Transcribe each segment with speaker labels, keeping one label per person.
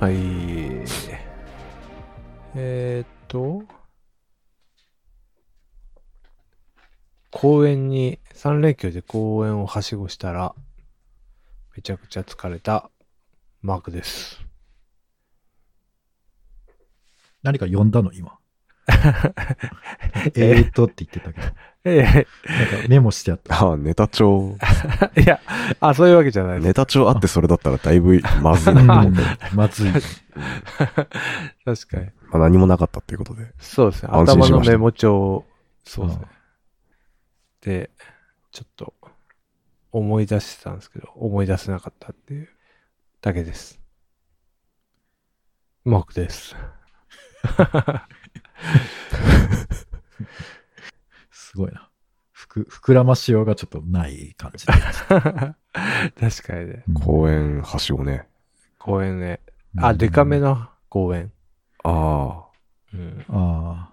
Speaker 1: はい。えーっと、公園に、3連休で公園をはしごしたら、めちゃくちゃ疲れたマークです。
Speaker 2: 何か呼んだの今。
Speaker 1: え
Speaker 2: えーっとって言ってたけど、
Speaker 1: え
Speaker 2: なんかメモしてあった。
Speaker 3: ああ、ネタ帳。
Speaker 1: え、いや、あ、そういうわけじゃないで
Speaker 3: ネタ帳あってそれだったらだいぶ まずいなと思って。
Speaker 2: まず い。
Speaker 1: す。確かに。
Speaker 3: まあ何もなかったっていうことで。
Speaker 1: そうですね。
Speaker 3: 安心
Speaker 1: 頭
Speaker 3: し
Speaker 1: の
Speaker 3: ました
Speaker 1: メモ帳を、そうですね。で、ちょっと、思い出してたんですけど、思い出せなかったっていうだけです。マークです。
Speaker 2: すごいな。ふく、膨らましようがちょっとない感じで。
Speaker 1: 確かにね。
Speaker 3: 公園、はしごね。
Speaker 1: 公園ね。
Speaker 2: うん
Speaker 1: あ、デカめ。の公園。
Speaker 3: あ
Speaker 1: う
Speaker 3: あ、
Speaker 1: ん。
Speaker 2: あ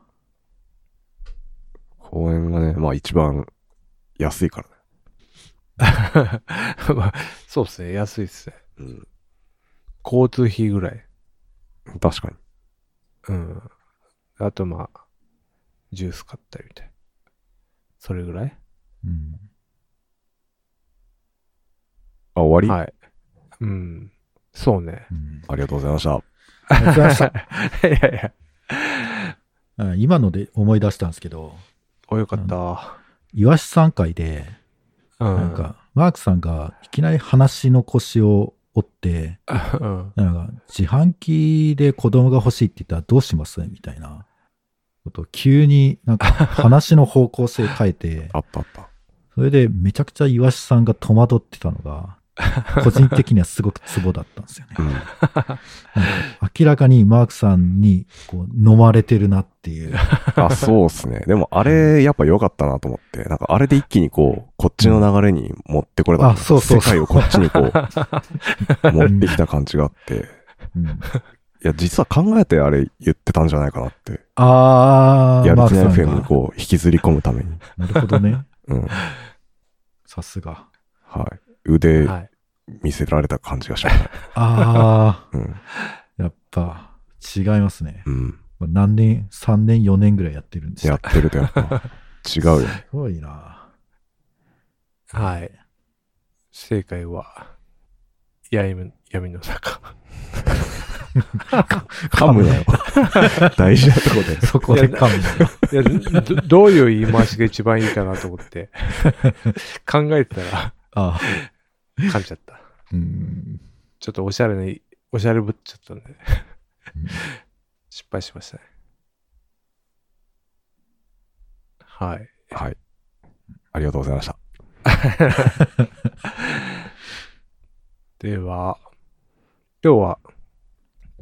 Speaker 3: 公園がね、まあ一番安いからね。
Speaker 1: まあ、そうっすね。安いっすね。
Speaker 3: うん。
Speaker 1: 交通費ぐらい。
Speaker 3: 確かに。
Speaker 1: うん。あとまあ、ジュース買ったりみたいな。それぐらい
Speaker 2: あ。うん。
Speaker 3: あ、終わり、
Speaker 1: はい。うん。そうね。
Speaker 2: うん
Speaker 3: ありがとうございました。
Speaker 2: ありがとうござい ました
Speaker 1: いやいや。
Speaker 2: うん今ので思い出したんですけど、
Speaker 1: お、よかった。
Speaker 2: イワシさん会で、
Speaker 1: うん。
Speaker 2: なんか、マークさんがいきなり話の腰を折って、
Speaker 1: うん。
Speaker 2: なんか、自販機で子供が欲しいって言ったらどうしますみたいな。ことを急になんか話の方向性変えて、
Speaker 3: あったあった。
Speaker 2: それでめちゃくちゃイワシさんが戸惑ってたのが、個人的にはすごくツボだったんですよ ね
Speaker 3: う。ん。
Speaker 2: 明らかにマークさんにこう飲まれてるなって いう。
Speaker 3: あ、そうっすね。でもあれ、やっぱ良かったなと思って。なんかあれで一気にこう、こっちの流れに持ってこれた。
Speaker 2: あそうそうそう
Speaker 3: 世界をこっちにこう、 持ってきた感じがあって。
Speaker 2: うん
Speaker 3: いや、実は考えてあれ言ってたんじゃないかなって。
Speaker 2: あー、
Speaker 3: やる
Speaker 2: マー
Speaker 3: 気
Speaker 2: ク
Speaker 3: ない
Speaker 2: さ
Speaker 3: FM
Speaker 2: ん
Speaker 3: に
Speaker 2: が。
Speaker 3: こう、引きずり込むために。
Speaker 2: なるほどね。
Speaker 3: うん。
Speaker 2: さすが。
Speaker 3: はい。腕
Speaker 1: はい。
Speaker 3: 見せられた感じがしました。
Speaker 2: あ
Speaker 3: うん。
Speaker 2: ー、やっぱ違いますね。
Speaker 3: うん。
Speaker 2: まあ何年、3年、4年ぐらいやってるんです
Speaker 3: や
Speaker 2: よ
Speaker 3: っ。てるとやっぱ、違うよね。
Speaker 2: すごいな。
Speaker 1: はい。正解は、闇闇の中。
Speaker 3: 噛むなよ。大事なとこで。
Speaker 2: そこで噛むの
Speaker 1: い
Speaker 2: よ。
Speaker 1: やどどういう言い回しが一番いいかなと思 って、考えてたら
Speaker 2: あ
Speaker 1: 噛んじゃった。
Speaker 2: ーうん。
Speaker 1: ちょっとおしゃれに、おしゃれぶっちゃったんで、失敗しましたね。はい。
Speaker 3: はい。ありがとうございました。
Speaker 1: では、今日は、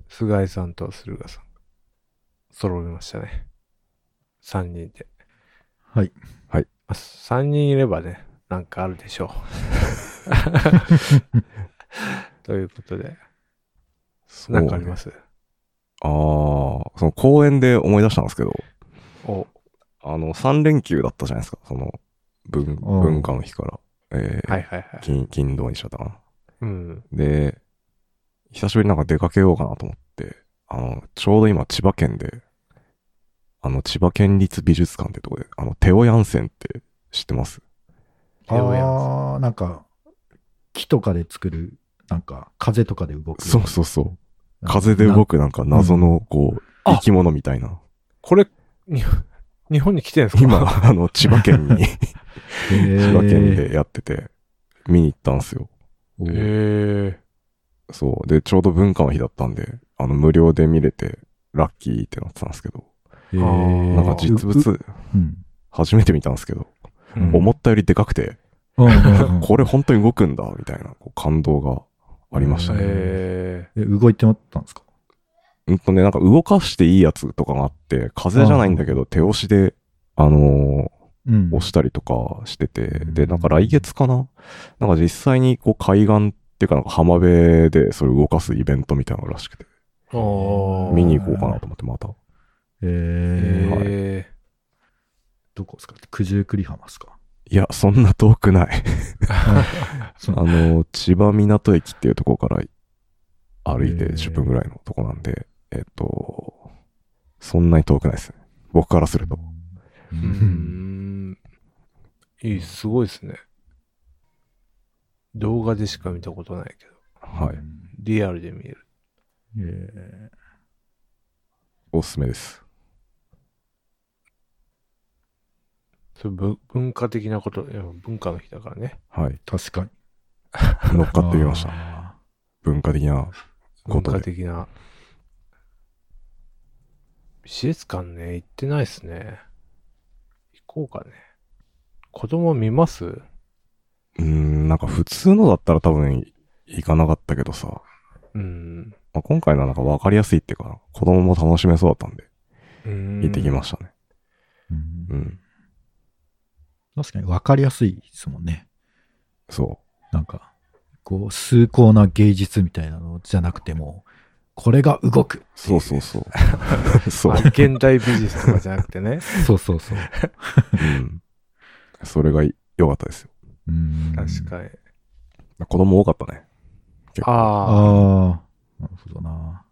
Speaker 1: 菅井さんと駿河さん、揃いましたね。3人で。
Speaker 2: はい。
Speaker 3: はい
Speaker 1: まあ。3人いればね、なんかあるでしょう。ということで、
Speaker 3: そうね
Speaker 1: なんかあります
Speaker 3: ああ、その公園で思い出したんですけど、
Speaker 1: お、
Speaker 3: あの、3連休だったじゃないですか。その、文、
Speaker 2: うん
Speaker 3: 文化の日から。えー
Speaker 1: はいはいはい。
Speaker 3: 金、金土にしちゃったかな。
Speaker 1: うん。
Speaker 3: で、久しぶりになんか出かけようかなと思って、あの、ちょうど今千葉県で、あの、千葉県立美術館ってとこで、あの、テオヤンセンって知ってます
Speaker 1: 手をやん
Speaker 2: あー、なんか、木とかで作る、なんか、風とかで動く。
Speaker 3: そうそうそう。風で動
Speaker 2: く。
Speaker 3: くなんか謎の、こう、
Speaker 1: あ
Speaker 3: 生き物みたいな。
Speaker 1: これ、に日本に来てるんですか
Speaker 3: 今、あの、千葉県に、
Speaker 2: 千
Speaker 3: 千葉県。でやってて、見に行ったんですよ。
Speaker 2: お
Speaker 1: へ
Speaker 2: ー
Speaker 1: え
Speaker 3: そう。で、ちょうど文化の日だったんで、あの、無料で見れて、ラッキーってなってたんですけど、
Speaker 2: へー
Speaker 1: な
Speaker 3: なんか実物、
Speaker 2: うん。
Speaker 3: 初めて見たんですけど、
Speaker 1: うん
Speaker 3: 思ったよりでかくて、
Speaker 2: うんうんうん
Speaker 3: これ本当に動くんだ、みたいな、こう感動がありましたね。
Speaker 1: へ
Speaker 2: え動いてもらったんですか
Speaker 3: うんとね、なんか動かしていいやつとかがあって、風じゃないんだけど、手押しで、あの
Speaker 2: うん
Speaker 3: ー押したりとかしてて、
Speaker 2: うん
Speaker 3: で、なんか来月かななんか実際にこう海岸っていうかなんか浜辺でそれ動かすイベントみたいなのらしくて、
Speaker 1: ーおー
Speaker 3: 見に行こうかなと思ってまた。
Speaker 2: え
Speaker 1: へ
Speaker 2: ー
Speaker 1: え
Speaker 2: どこですか九十九里浜ですか
Speaker 3: いや、そんな遠くない。
Speaker 2: あ
Speaker 3: あのー千葉港駅っていうところから歩いて
Speaker 2: へー
Speaker 3: 10分ぐらいのとこなんで、えっと、そんなに遠くないですね。僕からすると。
Speaker 2: う。
Speaker 1: うんん。いい、すごいですね。動画でしか見たことないけど、
Speaker 3: はい。
Speaker 1: リアルで見える。
Speaker 2: い。え
Speaker 3: おすすめです。
Speaker 1: それぶ文化的なこと、いや文化の日だからね。
Speaker 3: はい。
Speaker 2: ー確かに。
Speaker 3: 乗っかってみ ました。
Speaker 2: た。
Speaker 3: 文化的なこ
Speaker 1: 文
Speaker 3: と
Speaker 1: 化
Speaker 3: で。
Speaker 1: 的な。施設館ね、行ってないっすね。行こうかね。子供見ます
Speaker 3: うーん、なんか普通のだったら多分行かなかったけどさ、
Speaker 1: うん。
Speaker 3: まあ、今回のはなんか分かりやすいっていうか、子供も楽しめそうだったんで、
Speaker 1: 行
Speaker 3: 行ってきま
Speaker 1: し
Speaker 3: したね。
Speaker 2: うん
Speaker 3: うん。
Speaker 2: 確かに分かりやすいですもんね。
Speaker 3: そ
Speaker 2: なんか、こう、崇高な芸術みたいなのじゃなくても、これが動く
Speaker 3: う。。そうそ うそう。そう。
Speaker 1: 現代美術とかじゃなくてね。
Speaker 2: そうそうそう。
Speaker 3: うん。それがい良かったですよ。
Speaker 2: うん
Speaker 1: 確かに。
Speaker 3: 子供多かったね。結構
Speaker 1: ああ、
Speaker 2: ああ、なるほどな。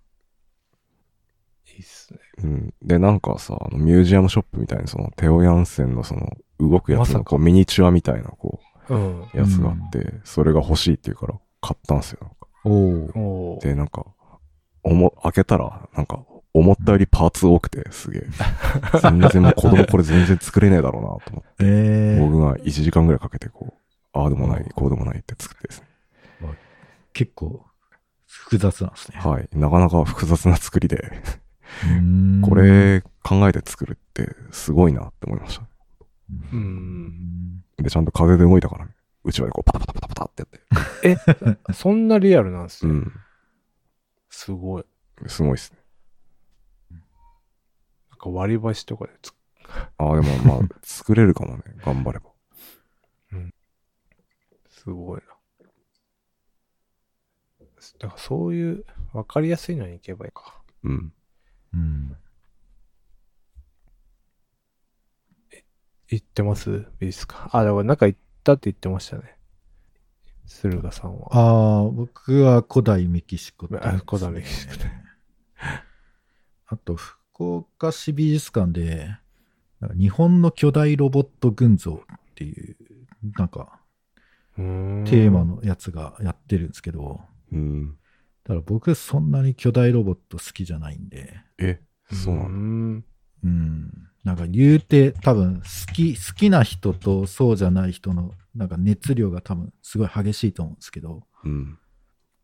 Speaker 1: いいっすね。
Speaker 3: うん。で、なんかさ、あのミュージアムショップみたいに、その、テオヤンセンのその、動くや
Speaker 1: ま
Speaker 3: つ
Speaker 1: さ
Speaker 3: の
Speaker 1: か
Speaker 3: こうミニチュアみたいな、こ
Speaker 1: うん。
Speaker 3: う、やつがあって、それが欲しいって言うから買ったんすよ。なんか
Speaker 2: おお。
Speaker 1: おー
Speaker 3: で、なんか、おも、開けたら、なんか、思ったよりパーツ多くて、す げえ。全然、もう子供これ全然作れねえだろうな、と思って。
Speaker 2: ええ
Speaker 3: 僕が1時間ぐらいかけて、こう、ああでもない、こうでもないって作ってですね。
Speaker 2: 結構複雑なんですね。
Speaker 3: はい。なかなか複雑な作りで、
Speaker 2: うーん
Speaker 3: こ、れ考えて作るってすごいなって思いました。
Speaker 1: う。
Speaker 2: うんん
Speaker 3: で、ちゃんと風で動いたからね。うちわでこうパタパタパタパタってやって。
Speaker 1: え、そんなリアルなんす
Speaker 3: う
Speaker 1: ね。
Speaker 3: ん。
Speaker 1: すごい。
Speaker 3: すごいっすね。
Speaker 1: なんか割り箸とかでつ、
Speaker 3: ああ、でもまあ、 作れるかもね。頑張れば。
Speaker 1: すごいな。だからそういう、わかりやすいのに行けばいいか。
Speaker 3: うん。
Speaker 2: うん
Speaker 1: 行ってます美術館。あ、だからなんか行ったって言ってましたね。駿河さんは。
Speaker 2: ああ、僕は古代メキシコってやつですね
Speaker 1: あ古代メキシコね
Speaker 2: あと、福岡市美術館で、なんか日本の巨大ロボット群像っていう、なんか、
Speaker 1: テ
Speaker 2: テー
Speaker 1: ー
Speaker 2: マ。のやつがやってるんですけど、
Speaker 3: うん。
Speaker 2: ただ僕そんなに巨大ロボット好きじゃないんで、
Speaker 3: え、そうな
Speaker 1: うー
Speaker 3: んだ。
Speaker 1: ん。
Speaker 2: うん。なんか言うて多分好き、好きな人とそうじゃない人のなんか熱量が多分すごい激しいと思うんですけど、
Speaker 3: うん。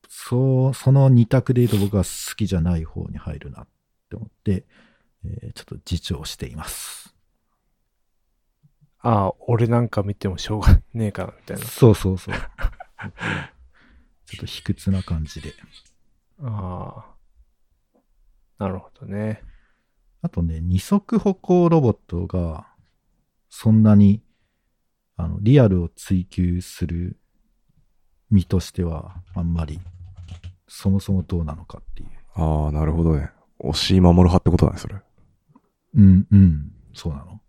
Speaker 2: そう、その二択で言うと僕は好きじゃない方に入るなって思って、えーちょっと自重しています。
Speaker 1: ああ、俺なんか見てもしょうがねえかな、みたいな。
Speaker 2: そうそう そう。ちょっと卑屈な感じで。
Speaker 1: ああ。なるほどね。
Speaker 2: あとね、二足歩行ロボットが、そんなに、あの、リアルを追求する身としては、あんまり、そもそもどうなのかっていう。
Speaker 3: ああ、なるほどね。押井守る派ってこと だね、それ。
Speaker 2: うん、うん、そうなの。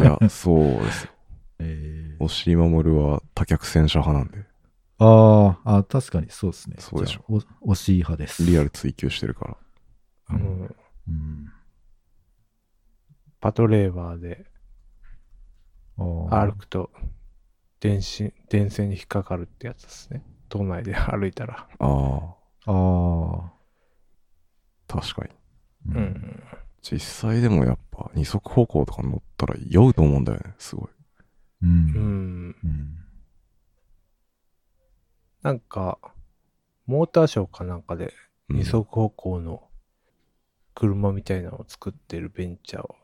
Speaker 3: いや、そうですよ。
Speaker 2: えー、
Speaker 3: 押井守は多脚戦車派なんで、
Speaker 2: あーあ、確かにそうですね。
Speaker 3: そうでしょ
Speaker 2: じゃあお惜しい派です。
Speaker 3: リアル。追求してるから。
Speaker 1: う
Speaker 2: うんん。うん。
Speaker 1: パトレーバーで
Speaker 2: ああ
Speaker 1: 歩くと電信、電線に引っかかるってやつですね。都内で歩いたら。
Speaker 2: あ
Speaker 3: あ
Speaker 2: ー、
Speaker 3: あ、確かに。
Speaker 2: う。
Speaker 1: うんん。
Speaker 3: 実際でもやっぱ二足歩行とか乗ったら酔うと思うんだよね、すごい。
Speaker 1: う
Speaker 2: う。
Speaker 1: んん。
Speaker 2: うん。
Speaker 1: なんか、モーターショーかなんかで
Speaker 3: うん
Speaker 1: 二足歩行の車みたいなのを作ってるベンチャーを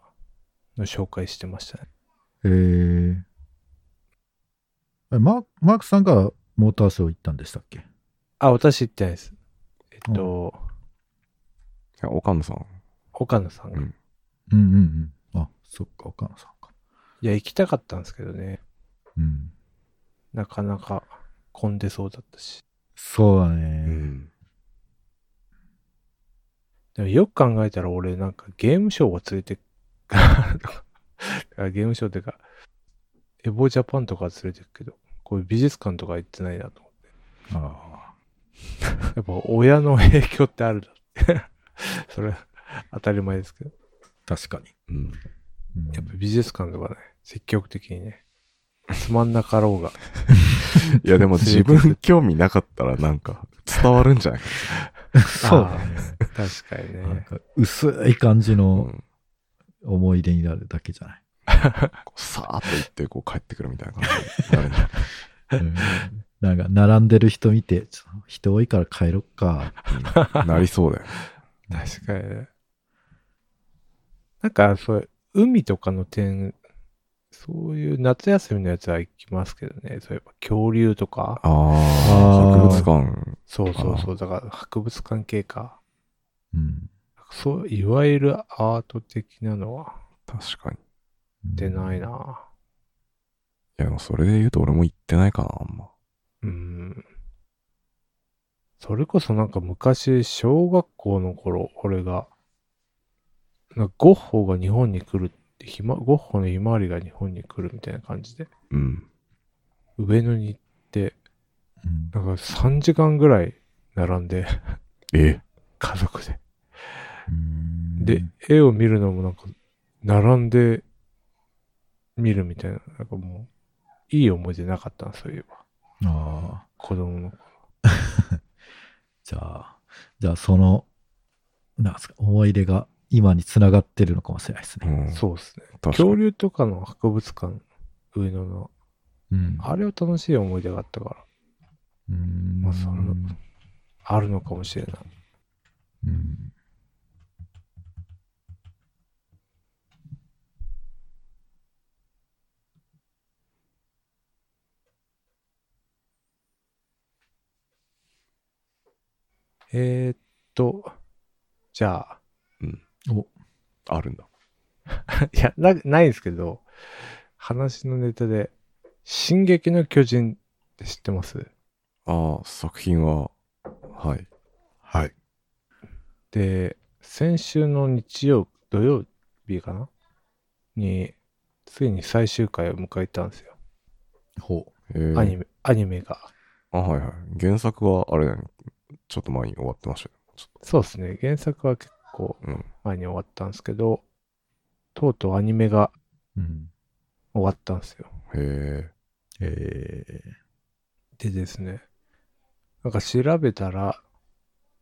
Speaker 1: の紹介してましたね。
Speaker 2: えー、えママークさんがモーターショー行ったんでしたっけ
Speaker 1: あ、私行ってないです。えっと、
Speaker 3: いや岡野さん。
Speaker 1: 岡野さんが。
Speaker 3: うん
Speaker 1: い
Speaker 2: うんうんうん。あ、そっか、岡野さんか。
Speaker 1: や、行きたかったんですけどね。
Speaker 2: うん。
Speaker 1: なかなか混んでそうだったし。
Speaker 2: そうだ
Speaker 3: う
Speaker 2: ね。
Speaker 3: ん。
Speaker 1: でもよく考えたら俺なんかゲームショーを連れて、だから ゲームショーっていうか、エボジャパンとかは連れてくけど、こういう美術館とか行ってないなと思って。
Speaker 2: あ
Speaker 1: やっぱ親の影響ってあるだ。それ、当たり前ですけど。
Speaker 2: 確かに。
Speaker 3: うん。
Speaker 2: うん
Speaker 1: やっぱ美術館とかね、積極的にね、つまんなかろうが。
Speaker 3: いやでも自分興味なかったらなんか伝わるんじゃないか。
Speaker 2: そうだね。
Speaker 1: 確かに
Speaker 2: なん
Speaker 1: ね。
Speaker 2: か薄い感じ
Speaker 3: う
Speaker 2: の
Speaker 3: ん、
Speaker 2: 思い出になるだけじゃない。
Speaker 3: こうさーっと行ってこう帰ってくるみたいな感じになるんじゃない
Speaker 2: うんなんか並んでる人見て、ちょっと人多いから帰ろっか。
Speaker 3: なりそうだよね。
Speaker 1: 確かにね。なんか、そう、海とかの点、そういう夏休みのやつは行きますけどね。そういえば恐竜とか。
Speaker 3: あ
Speaker 2: あー
Speaker 3: あ、博物館。
Speaker 1: そうそうそう。だから博物館系か。
Speaker 2: うん。。
Speaker 1: そう、いわゆるアート的なのは
Speaker 3: 確かに。い
Speaker 1: 出ないいな。
Speaker 3: や、でもそれで言うと俺も行ってないかな、あんま。
Speaker 1: うん。それこそなんか昔、小学校の頃、俺が、なんかゴッホが日本に来るって、ひま、ゴッホのひまわりが日本に来るみたいな感じで、
Speaker 3: うん。
Speaker 1: 上野に行って、
Speaker 2: うん
Speaker 1: なんか3時間ぐらい並んで、
Speaker 3: え
Speaker 1: 家族で。
Speaker 2: うん
Speaker 1: で、絵を見るのもなんか、並んで見るみたいな、なんかもう、いい思い出なかったな、そういえば。
Speaker 2: ああ。
Speaker 1: 子供の
Speaker 2: じゃあ、じゃあその、なんですか、思い出が今につながってるのかもしれないです
Speaker 3: う
Speaker 2: ね。
Speaker 3: ん。
Speaker 1: そうですね。
Speaker 3: 確かに
Speaker 1: 恐竜とかの博物館、上野の、
Speaker 2: うん
Speaker 1: あれは楽しい思い出があったから、
Speaker 2: うん
Speaker 1: まあそれあるのかもしれない。
Speaker 2: うん
Speaker 1: えー、っと、じゃあ、
Speaker 2: お、
Speaker 3: あるんだ。
Speaker 1: いや、な、ないんですけど、話のネタで、進撃の巨人って知ってます
Speaker 3: ああ、作品は、はい。はい。
Speaker 1: で、先週の日曜、土曜日かなに、ついに最終回を迎えたんですよ。
Speaker 2: ほ
Speaker 3: え
Speaker 1: アニ
Speaker 3: ー、
Speaker 1: メ、アニメが。
Speaker 3: あ、はいはい。原作は、あれだよね。ちょっと前に終わってましたよ。ちょっ
Speaker 1: そうですね。原作は結構
Speaker 3: とうん。
Speaker 1: 前に終わったんですけど、とうとうアニメが
Speaker 2: う。うん。
Speaker 1: 終わったんですよ。
Speaker 3: へえ。
Speaker 2: え
Speaker 1: でですね、なんか調べたら、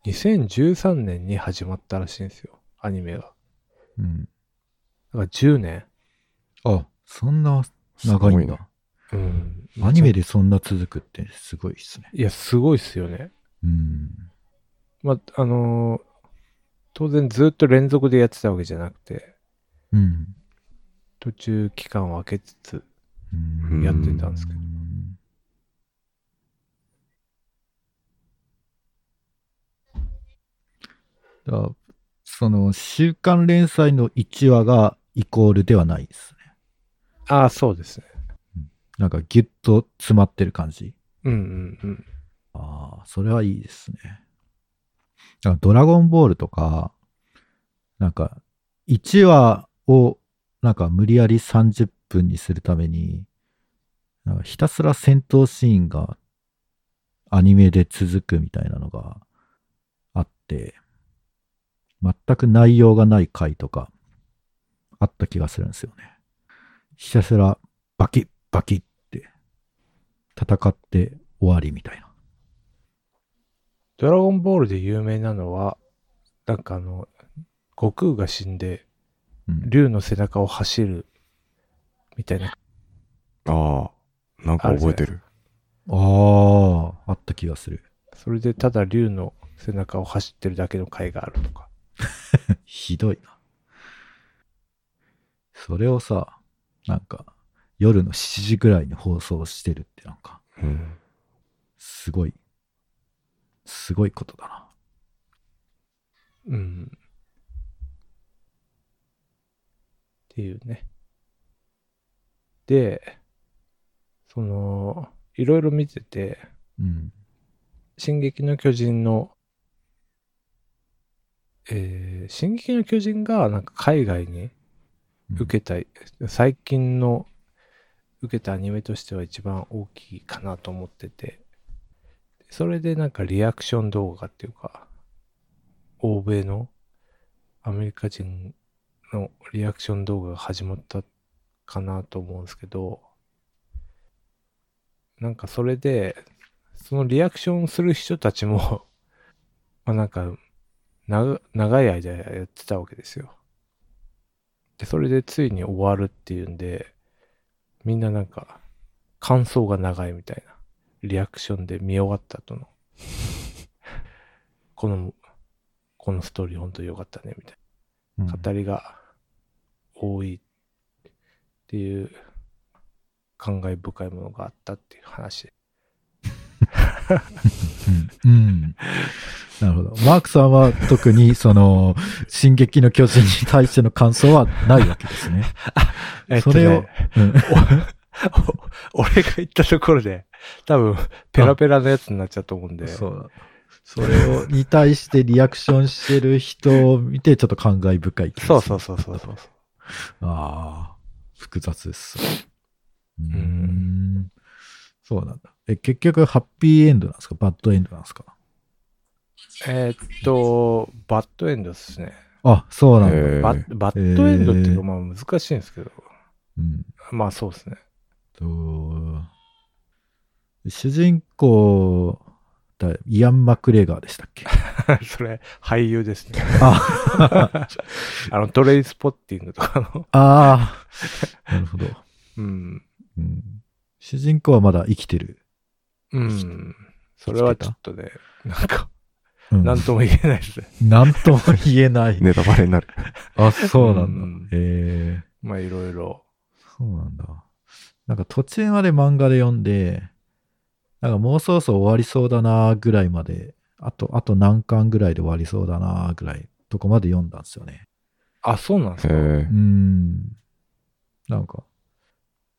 Speaker 1: 2013年に始まったらしいんですよ、アニメが。
Speaker 2: ー、う
Speaker 1: だ
Speaker 2: ん。
Speaker 1: から10年。
Speaker 2: あ、そんな
Speaker 3: す
Speaker 2: 長い
Speaker 3: ごい
Speaker 2: ん
Speaker 3: な
Speaker 2: だ。。
Speaker 1: うん。
Speaker 2: アニメでそんな続くってすごいですね。
Speaker 1: いや、すごいっすよね。
Speaker 2: うん。
Speaker 1: まあ、あのー当然ずっと連続でやってたわけじゃなくて、
Speaker 2: うん。
Speaker 1: 途中期間を空けつつ、
Speaker 2: うん
Speaker 1: やってたんですけど
Speaker 2: うんだからその週刊連載の1話がイコールではないですね。
Speaker 1: ああ、そうですね。
Speaker 2: なんかギュッと詰まってる感じ。
Speaker 1: うんうんうん。
Speaker 2: ああ、それはいいですね。だからドラゴンボールとか、なんか1話をなんか無理やり30分にするために、なんかひたすら戦闘シーンがアニメで続くみたいなのがあって、全く内容がない回とかあった気がするんですよね。ひたすらバキッバキッって戦って終わりみたいな。
Speaker 1: ドラゴンボールで有名なのは、なんかあの、悟空が死んで、
Speaker 2: うん
Speaker 1: 竜の背中を走る、みたいな。
Speaker 3: ああ、なんか覚えてる。
Speaker 2: ああ、あった気がする。
Speaker 1: それでただ竜の背中を走ってるだけの回があるとか。
Speaker 2: ひどいな。それをさ、なんか、夜の7時ぐらいに放送してるってなんか、
Speaker 3: うん。
Speaker 2: すごい、すごいことだな。
Speaker 1: うん。っていうね。で、その、いろいろ見てて、
Speaker 2: うん。
Speaker 1: 進撃の巨人の、えー、進撃の巨人がなんか海外に受けた、最近の受けたアニメとしては一番大きいかなと思ってて、それでなんかリアクション動画っていうか、欧米のアメリカ人のリアクション動画が始まったかなと思うんですけど、なんかそれで、そのリアクションする人たちも まあなんか、長長い間やってたわけですよ。で、それでついに終わるっていうんで、みんななんか、感想が長いみたいな、リアクションで見終わった後の、この、このストーリー本当良かったね、みたい
Speaker 2: うん
Speaker 1: な。語りが多いっていう、感慨深いものがあったっていう話。
Speaker 2: うんうんなるほど。マークさんは 特にその、進撃の巨人に対しての感想はないわけですね。それを、うん
Speaker 1: お、お 俺が言ったところで、多分、ペラペラのやつになっちゃうと思うんで。
Speaker 2: そうそれを、に対してリアクションしてる人を見て、ちょっと感慨深い気がす
Speaker 1: そ
Speaker 2: る
Speaker 1: うそうそうそうそう。
Speaker 2: ああ、複雑です。うー。
Speaker 1: うん
Speaker 2: そうなんだ。え、結局、ハッピーエンドなんですかバッドエンドなんですか
Speaker 1: えーっと、バッドエンドですね。
Speaker 2: あ、そうなんだ。
Speaker 3: えー
Speaker 1: バッバッドエンドっていう
Speaker 2: えー
Speaker 1: か、まあ難しいんですけど、
Speaker 2: うん
Speaker 1: まあそうですね。
Speaker 2: と、主人公、だイアン・マクレガーでしたっけ
Speaker 1: それ、俳優ですね。
Speaker 2: あ
Speaker 1: あの、トレインスポッティングとかの。
Speaker 2: あー、なるほど、
Speaker 1: うん。
Speaker 2: うん。主人公はまだ生きてる。
Speaker 1: うん。それはちょっとね、なんか、
Speaker 2: うん
Speaker 1: なんとも言えないですね。
Speaker 2: なんとも言え ない。
Speaker 3: ネタバレになる。
Speaker 2: あ、そうな
Speaker 1: うんん
Speaker 2: だ。ええ
Speaker 1: まあいろいろ。
Speaker 2: そうなんだ。なんか途中まで漫画で読んで、なんかもうそろそろ終わりそうだなぐらいまで、あと、あと何巻ぐらいで終わりそうだなぐらい、とこまで読んだんですよね。
Speaker 1: あ、そうなんです
Speaker 3: へ
Speaker 1: か。
Speaker 2: うーん。なんか、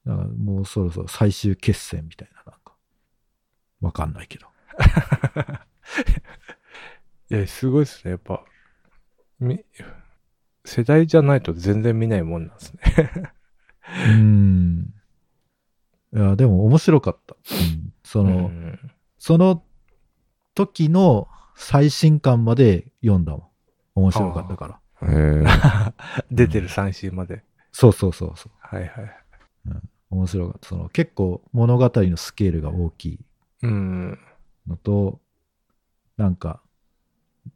Speaker 2: なんかもうそろそろ最終決戦みたいな、なんか、わかんないけど。
Speaker 1: いや、すごいですね。やっぱ、み、世代じゃないと全然見ないもんなんですね。
Speaker 2: うーん。いや、でも面白かった。うん、その、
Speaker 1: うん
Speaker 2: その時の最新刊まで読んだもん。面白かったから。
Speaker 3: えー、
Speaker 1: 出てる三振まで。
Speaker 2: そうそうそうそう。
Speaker 1: はいはい。
Speaker 2: 面白かった。その結構物語のスケールが大きい
Speaker 1: うん。
Speaker 2: のと、なんか、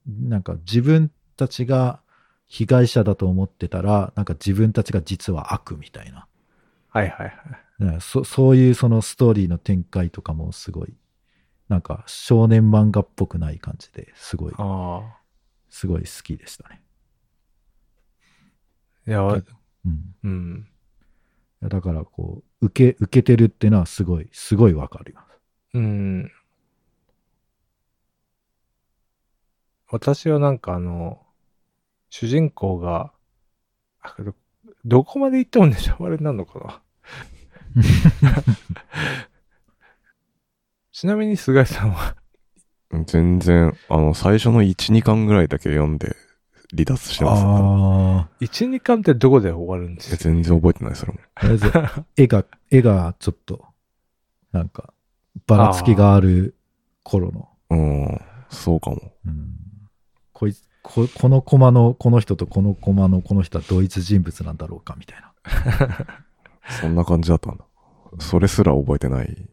Speaker 2: なんか自分たちが被害者だと思ってたら、なんか自分たちが実は悪みたいな。
Speaker 1: はいはいはい。
Speaker 2: ねそそういうそのストーリーの展開とかもすごい、なんか少年漫画っぽくない感じですごい、
Speaker 1: あ
Speaker 2: すごい好きでしたね。
Speaker 1: あ。いや、
Speaker 2: だうん。
Speaker 1: うん。
Speaker 2: いやだからこう、受け、受けてるってのはすごい、すごいわかるよ。
Speaker 1: うん。私はなんかあの、主人公が、あどどこまで行ってもネタバレになるのかな ちなみに菅井さんは、
Speaker 3: 全然、あの、最初の1、2巻ぐらいだけ読んで離脱してます、
Speaker 2: あ
Speaker 1: 1、2巻ってどこで終わるんで
Speaker 3: いや
Speaker 1: すか
Speaker 3: 全然覚えてない、それも。
Speaker 2: あ。とりあえず、絵が、 絵がちょっと、なんか、ばらつきがある頃の、
Speaker 3: うん、そうかも。
Speaker 2: うん、こいつこ、このコマの、この人とこのコマのこの人は同一人物なんだろうか、みたいな。
Speaker 3: そんな感じだったんだ。それすら覚えてない。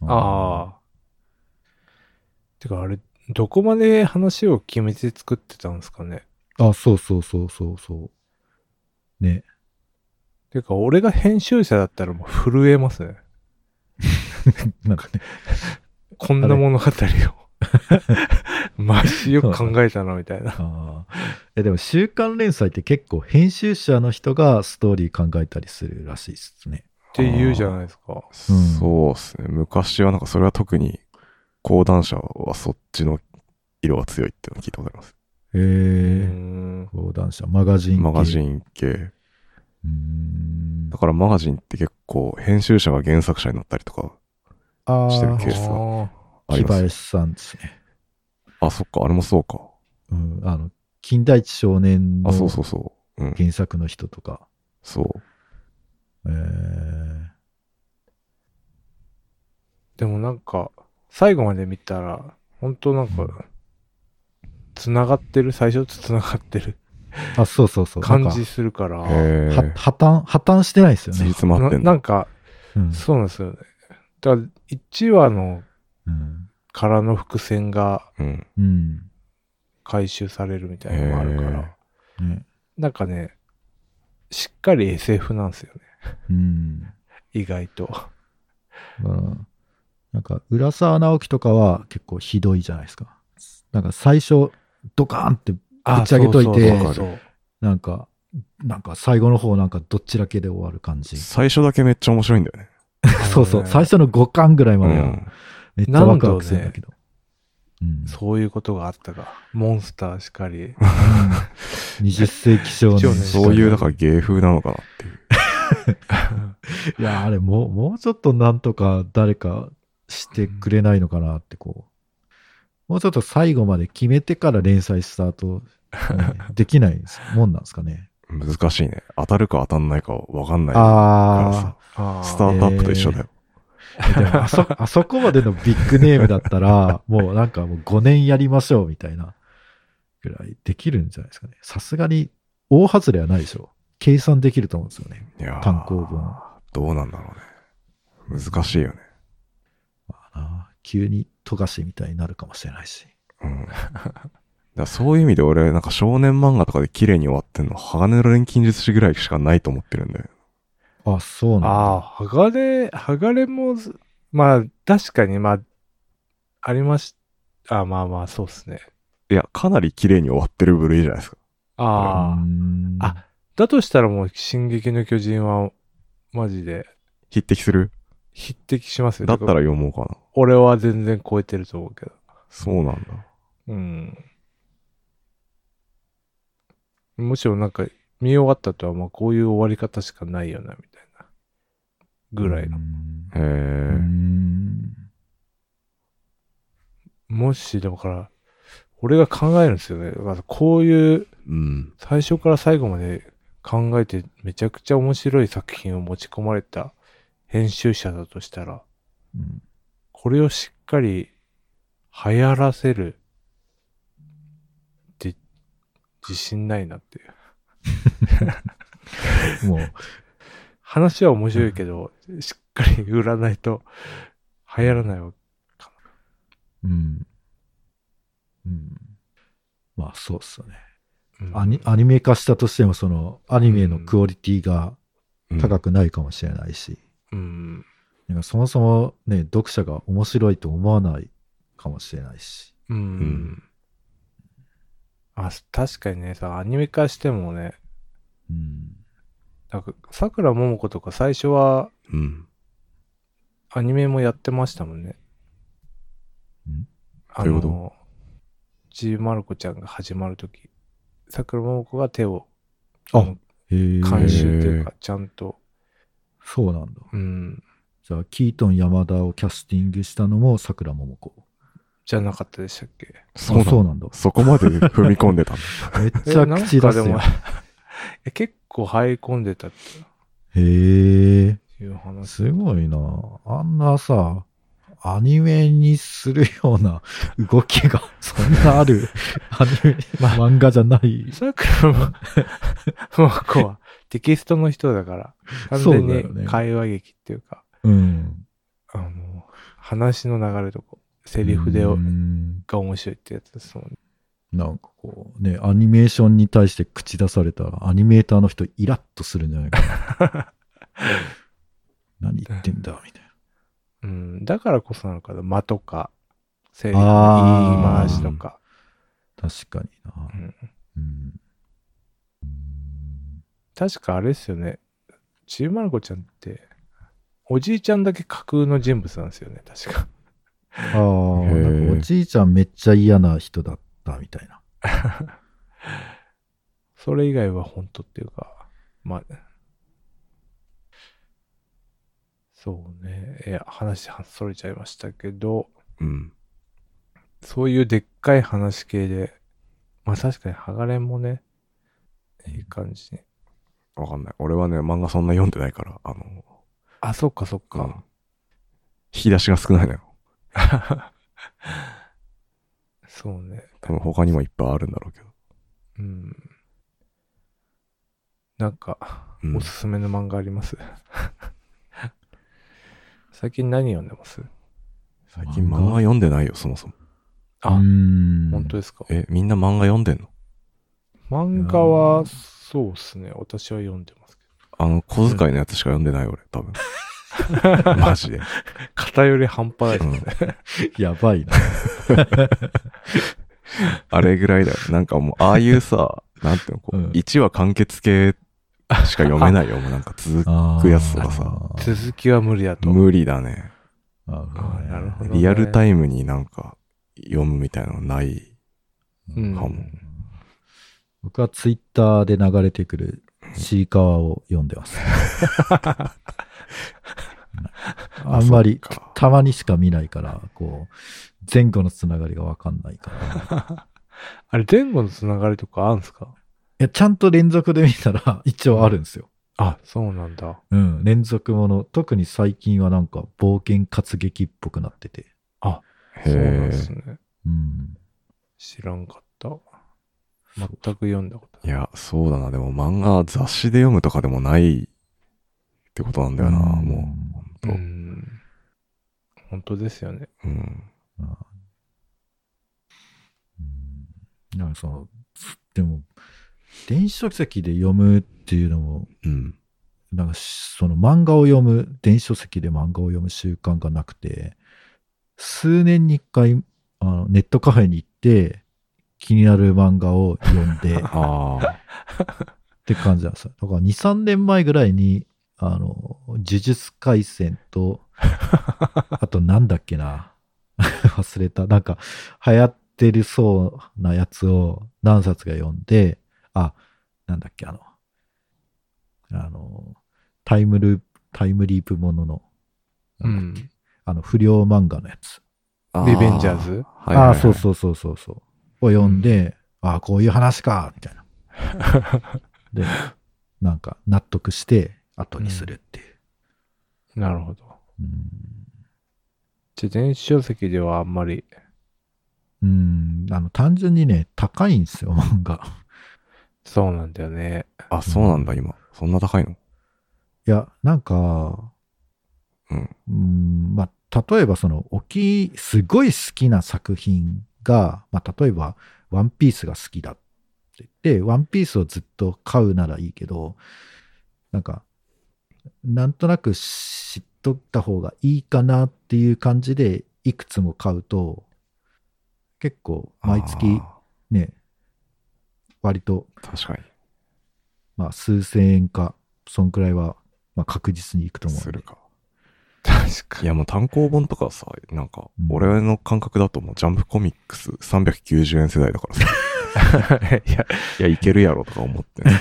Speaker 2: あ。
Speaker 1: ああ。てかあれ、どこまで話を決めて作ってたんですかね
Speaker 2: あ、そうそうそうそうそう。ね。
Speaker 1: てか俺が編集者だったらもう震えますね。
Speaker 2: なんかね、
Speaker 1: こんな物語を。マジよく考えたな、みたいな。
Speaker 2: ああ。え、でも、週刊連載って結構、編集者の人がストーリー考えたりするらしいですね。
Speaker 1: って言うじゃないですか。
Speaker 2: うん
Speaker 3: そうっすね。昔はなんかそれは特に講談社はそっちの色が強いっていうのを聞いたことあります。
Speaker 2: へ
Speaker 1: うー
Speaker 2: え。
Speaker 1: ん。
Speaker 2: 講談社、マガジン系。
Speaker 3: マガジ
Speaker 2: ン。
Speaker 3: ン系。
Speaker 2: うーん
Speaker 3: だ。からマガジンって結構編集者が原作者になったりとか
Speaker 2: あ
Speaker 3: してる
Speaker 2: あ
Speaker 3: ケ、ースが
Speaker 1: あ
Speaker 3: あ
Speaker 2: 木
Speaker 3: ります。
Speaker 2: 林さんですね。
Speaker 3: あ、そっか、あれもそうか。
Speaker 2: うん、あの、金田一少年の
Speaker 3: あ、そうそ
Speaker 2: 原
Speaker 3: うそう。うん。
Speaker 2: 作の人とか。
Speaker 3: そう。
Speaker 2: えー
Speaker 1: ーでもなんか、最後まで見たら、本当なんか、繋がってる、最初と繋がってる
Speaker 2: あ、そうそうそう。
Speaker 1: 感じするから、
Speaker 3: へ
Speaker 2: なん
Speaker 3: え。
Speaker 2: かは破綻、破綻してないですよ
Speaker 3: 辻
Speaker 2: ね。
Speaker 3: 詰まって
Speaker 1: なん
Speaker 3: だ。
Speaker 1: なんか、
Speaker 2: うん
Speaker 1: そうなんですよね。だから、1話の
Speaker 2: うん。
Speaker 1: からの伏線が
Speaker 3: うん。
Speaker 2: うん。
Speaker 1: 回収されるみたいなのもあるか
Speaker 3: へー
Speaker 1: ら、
Speaker 2: ね
Speaker 1: なんかね、しっかり SF なんですよね。
Speaker 2: うん。
Speaker 1: 意外と。
Speaker 2: だからなんか、浦沢直樹とかは結構ひどいじゃないですか。なんか最初、ドカーンって、
Speaker 1: あ
Speaker 2: ぶち上げといて
Speaker 1: そうそうそう
Speaker 2: なんか、なんか最後の方なんかどっちだけで終わる感じ。
Speaker 3: 最初だけめっちゃ面白いんだよね。
Speaker 2: そうそう。最初の5巻ぐらいまではめっちゃワクワクするんだけど。うん
Speaker 1: そういうことがあったが、モンスターしかり、
Speaker 2: うん20世紀少
Speaker 1: 少
Speaker 2: 年
Speaker 1: 年
Speaker 3: うん。そういう、だから芸風なのかなっていう。
Speaker 2: いや、あれ、もう、もうちょっとなんとか誰かしてくれないのかなって、こう、もうちょっと最後まで決めてから連載スタート、ねできないもんなんですかね。
Speaker 3: 難しいね。当たるか当たんないかわかんない
Speaker 2: あ
Speaker 1: あ
Speaker 3: スタ
Speaker 1: ー
Speaker 3: ートアップと一緒だよ。
Speaker 2: あ、でもあそ、あそこまでのビッグネームだったら、もうなんかもう5年やりましょうみたいなぐらいできるんじゃないですかね。さすがに大外れはないでしょ。計算できると思うんですよね。
Speaker 3: いやー
Speaker 2: 単行本。
Speaker 3: どうなんだろうね。難しいよね。
Speaker 2: まあな急に富樫みたいになるかもしれないし。
Speaker 3: うん。だからそういう意味で俺、なんか少年漫画とかで綺麗に終わってんの、鋼の錬金術師ぐらいしかないと思ってるんだよ。
Speaker 2: あ、そうなんだ。
Speaker 1: あー、剥がれ、剥がれもず、まあ、確かに、まあ、ありましあ、まあまあ、そうですね。
Speaker 3: いや、かなり綺麗に終わってる部類じゃないですか。
Speaker 1: ああ、
Speaker 2: うん
Speaker 1: あだとしたらもう、進撃の巨人は、マジで、
Speaker 3: 匹敵する
Speaker 1: 匹敵しますよ。
Speaker 3: だったら
Speaker 1: てか
Speaker 3: 読もうかな。
Speaker 1: 俺は全然超えてると思うけど。
Speaker 3: そうなんだ。
Speaker 1: うん。むしろなんか、見終わったとは、まあ、こういう終わり方しかないよな、みたいな。ぐらいの。
Speaker 2: うん
Speaker 3: へ
Speaker 2: う
Speaker 3: え。
Speaker 2: ん
Speaker 1: もし、でもから、俺が考えるんですよね。だからこういう、
Speaker 3: うん。
Speaker 1: 最初から最後まで考えて、めちゃくちゃ面白い作品を持ち込まれた編集者だとしたら、
Speaker 2: うん
Speaker 1: これをしっかり流行らせるって、自信ないなっていう。
Speaker 2: もう、
Speaker 1: 話は面白いけど、しっかり売らないと流行らないわ。
Speaker 2: うん。うん。まあ、そうっすよね。
Speaker 1: うん
Speaker 2: アニアニメ化したとしても、その、アニメのクオリティが
Speaker 3: うん
Speaker 2: 高くないかもしれないし、
Speaker 1: うん。
Speaker 2: なんかそもそもね、読者が面白いと思わないかもしれないし。
Speaker 1: うん。
Speaker 3: ん
Speaker 1: あ、確かにね、さ、アニメ化してもね、
Speaker 2: うん。
Speaker 1: なんか、桜ももことか最初は
Speaker 3: うん。
Speaker 1: アニメもやってましたもんね。
Speaker 2: ん
Speaker 1: あ
Speaker 3: どういうこ
Speaker 1: の、ちーまる子ちゃんが始まるとき、桜ももこが手を、
Speaker 2: あ
Speaker 1: の
Speaker 2: へえ。
Speaker 1: 監修というか、ちゃんと、
Speaker 2: そうなんだ。
Speaker 1: うん、
Speaker 2: じゃあ、キートン山田をキャスティングしたのも桜桃子。
Speaker 1: じゃなかったでしたっけ
Speaker 3: そうなん
Speaker 2: あそ
Speaker 3: だ。
Speaker 2: うなんだ。
Speaker 3: そこまで踏み込んでたんだ。
Speaker 2: めっ
Speaker 1: え
Speaker 2: ちゃ
Speaker 1: なん
Speaker 2: 口出
Speaker 1: か
Speaker 2: す
Speaker 1: で
Speaker 2: よ
Speaker 1: も。 え結構入り込んでたって
Speaker 2: へえ。
Speaker 1: いう話。
Speaker 2: すごいな。あんなさ、アニメにするような動きが、 そんな ある、アニメ、漫画じゃない。
Speaker 1: さくらも、もうこはテキストの人だから、完全
Speaker 2: そうだよね
Speaker 1: に会話劇っていうか、
Speaker 2: うん。
Speaker 1: あの、話の流れとか、セリフで
Speaker 2: う
Speaker 1: を
Speaker 2: ん
Speaker 1: が面白いってやつですもんね。
Speaker 2: なんかこう、ね、アニメーションに対して口出されたら、アニメーターの人イラッとするんじゃないかな。 何言ってんだ、みたいな。
Speaker 1: うん、だからこそなのかな、間とか、セリフ、言い
Speaker 2: あ
Speaker 3: ー
Speaker 1: 回しとか。
Speaker 2: 確かにな。
Speaker 1: うん
Speaker 2: うん。
Speaker 1: 確かあれですよね。ちびまる子ちゃんって、おじいちゃんだけ架空の人物なんですよね、確か。
Speaker 2: ああ、なん
Speaker 3: へ
Speaker 2: か
Speaker 3: え
Speaker 2: おじいちゃんめっちゃ嫌な人だった、みたいな。
Speaker 1: それ以外は本当っていうか、まあ、そうね。いや、話はそれちゃいましたけど、
Speaker 3: うん。
Speaker 1: そういうでっかい話系で、まあ確かに、ハガレンもね、いい感じに。
Speaker 3: わかんない。俺はね、漫画そんな読んでないから、あの、
Speaker 1: あ、そっかそっか。
Speaker 3: うん引き出しが少ないのよ。
Speaker 1: そうね。
Speaker 3: 多分他にもいっぱいあるんだろうけど。
Speaker 1: うん。なんか、
Speaker 3: うん
Speaker 1: おすすめの漫画あります 最近何読んでます
Speaker 3: 最近漫画読んでないよ、そもそも。
Speaker 1: あ
Speaker 2: うーん
Speaker 1: 本当ですか
Speaker 3: え、みんな漫画読んでんの
Speaker 1: 漫画は、そうっすね。私は読んでますけ
Speaker 3: あの、小遣いのやつしか読んでない俺、多分。 マジで。
Speaker 1: ど。 偏り半端ないですね。
Speaker 2: やばいな。
Speaker 3: あれぐらいだよ。なんかもう、ああいうさ、 なんていうの、こう、
Speaker 2: うん
Speaker 3: 1話完結系しか読めないよ。もうなん か続く。
Speaker 2: あ
Speaker 3: くやつとかさ
Speaker 1: 続きは無理だと。
Speaker 3: 無理だね。
Speaker 2: あ
Speaker 1: あーなるほどね
Speaker 3: リアルタイムになんか読むみたいなのない。
Speaker 1: うん
Speaker 3: かも
Speaker 2: 僕はツイッターで流れてくるシーカワを読んでます。 あんまり
Speaker 3: そっか
Speaker 2: たまにしか見ないから、こう、前後のつながりがわかんないから。
Speaker 1: あれ、前後のつながりとかあるんすか
Speaker 2: いや、ちゃんと連続で見たら一応あるんですよ。
Speaker 1: あ、そうなんだ。
Speaker 2: うん、連続もの。特に最近はなんか冒険活劇っぽくなってて。
Speaker 3: へ
Speaker 1: そうなんで
Speaker 3: え
Speaker 1: す。ね。
Speaker 2: うん。
Speaker 1: 知らんかった。全く読んだこと
Speaker 3: いや、そうだな。でも漫画は雑誌で読むとかでもないってことなんだよな、
Speaker 2: うん
Speaker 3: もう。
Speaker 1: ない。うん。本当ですよね。
Speaker 3: う。うん。
Speaker 2: ああうんなんかその、でも、電子書籍で読むっていうのも、
Speaker 3: うん。
Speaker 2: なんかしその漫画を読む、電子書籍で漫画を読む習慣がなくて、数年に一回、あのネットカフェに行って、気になる漫画を読んで、っ
Speaker 3: ああ。
Speaker 2: て感じなんですよ。だから2、3年前ぐらいに、あの、呪術廻戦と、あとなんだっけな。 忘れた。なんか、流行ってるそうなやつを何冊か読んで、あ、なんだっけ、あの、あの、タイムループ、タイムリープものの、
Speaker 1: う
Speaker 2: なんだっけ
Speaker 1: ん。
Speaker 2: あの、不良漫画のやつ。
Speaker 1: リベンジャーズ
Speaker 3: あはいはいはい
Speaker 2: ああ、そうそうそうそうそう。を読んで、ああ、こういう話か、みたいな。 で、なんか、納得して、後にするっていう。
Speaker 1: なるほど。
Speaker 2: うん
Speaker 1: じゃあ、電子書籍ではあんまり。
Speaker 2: うん、あの、単純にね、高いんですよ、漫画。
Speaker 1: そうなんだよね。
Speaker 3: あ、そうなんだ、今。そんな高いの
Speaker 2: いや、なんか、
Speaker 3: うん。
Speaker 2: うん、まあ、例えばその、おき、すごい好きな作品が、まあ、例えば、ワンピースが好きだって言って、ワンピースをずっと買うならいいけど、なんか、なんとなく知っとった方がいいかなっていう感じで、いくつも買うと、結構、毎月
Speaker 3: あ
Speaker 2: ね、割と
Speaker 3: ー確か
Speaker 2: まあ、数千円か、そんくらいは、まあ、確実にいくと
Speaker 3: に。
Speaker 2: 思う。
Speaker 3: するか。
Speaker 1: 確か
Speaker 3: い
Speaker 1: に。
Speaker 3: や、もう単行本とかさ、なんか
Speaker 2: う、ん
Speaker 3: 俺の感覚だともうジャンプコミックス390円世代だから さ。
Speaker 1: いや、
Speaker 3: いや、いけるやろとか思って、ね。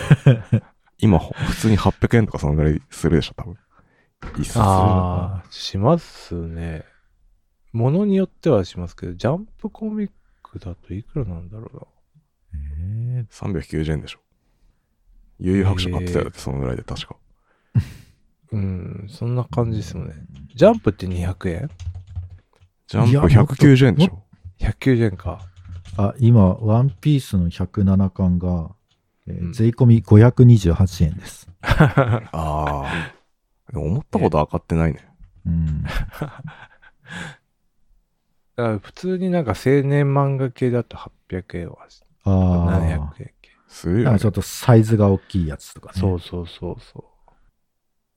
Speaker 3: 今、ほ普通に800円とかそのぐらいするでしょ、多分。一冊。
Speaker 1: ああ、しますね。ものによってはしますけど、ジャンプコミックだといくらなんだろうな。
Speaker 2: え
Speaker 3: 390円でしょ。悠々白書買ってたよ、だってそのぐらいで確か。
Speaker 1: うん、そんな感じですもんね。ジャンプって200円
Speaker 3: ジャンプ
Speaker 2: いやもっと
Speaker 3: 190円でしょ。
Speaker 1: ?190 円か。
Speaker 2: ーあ、今、ワンピースの107巻が、えー
Speaker 1: うん
Speaker 2: 税込み528円です。
Speaker 3: ああ。でも思ったほど上がってないね。
Speaker 2: うん。
Speaker 1: だから普通になんか青年漫画系だと800円はし700
Speaker 2: あ
Speaker 1: 円系。
Speaker 3: する
Speaker 2: あ。
Speaker 3: よ、
Speaker 2: なんか
Speaker 3: ね
Speaker 2: ちょ。っとサイズが大きいやつとかね。
Speaker 1: そうそうそうそ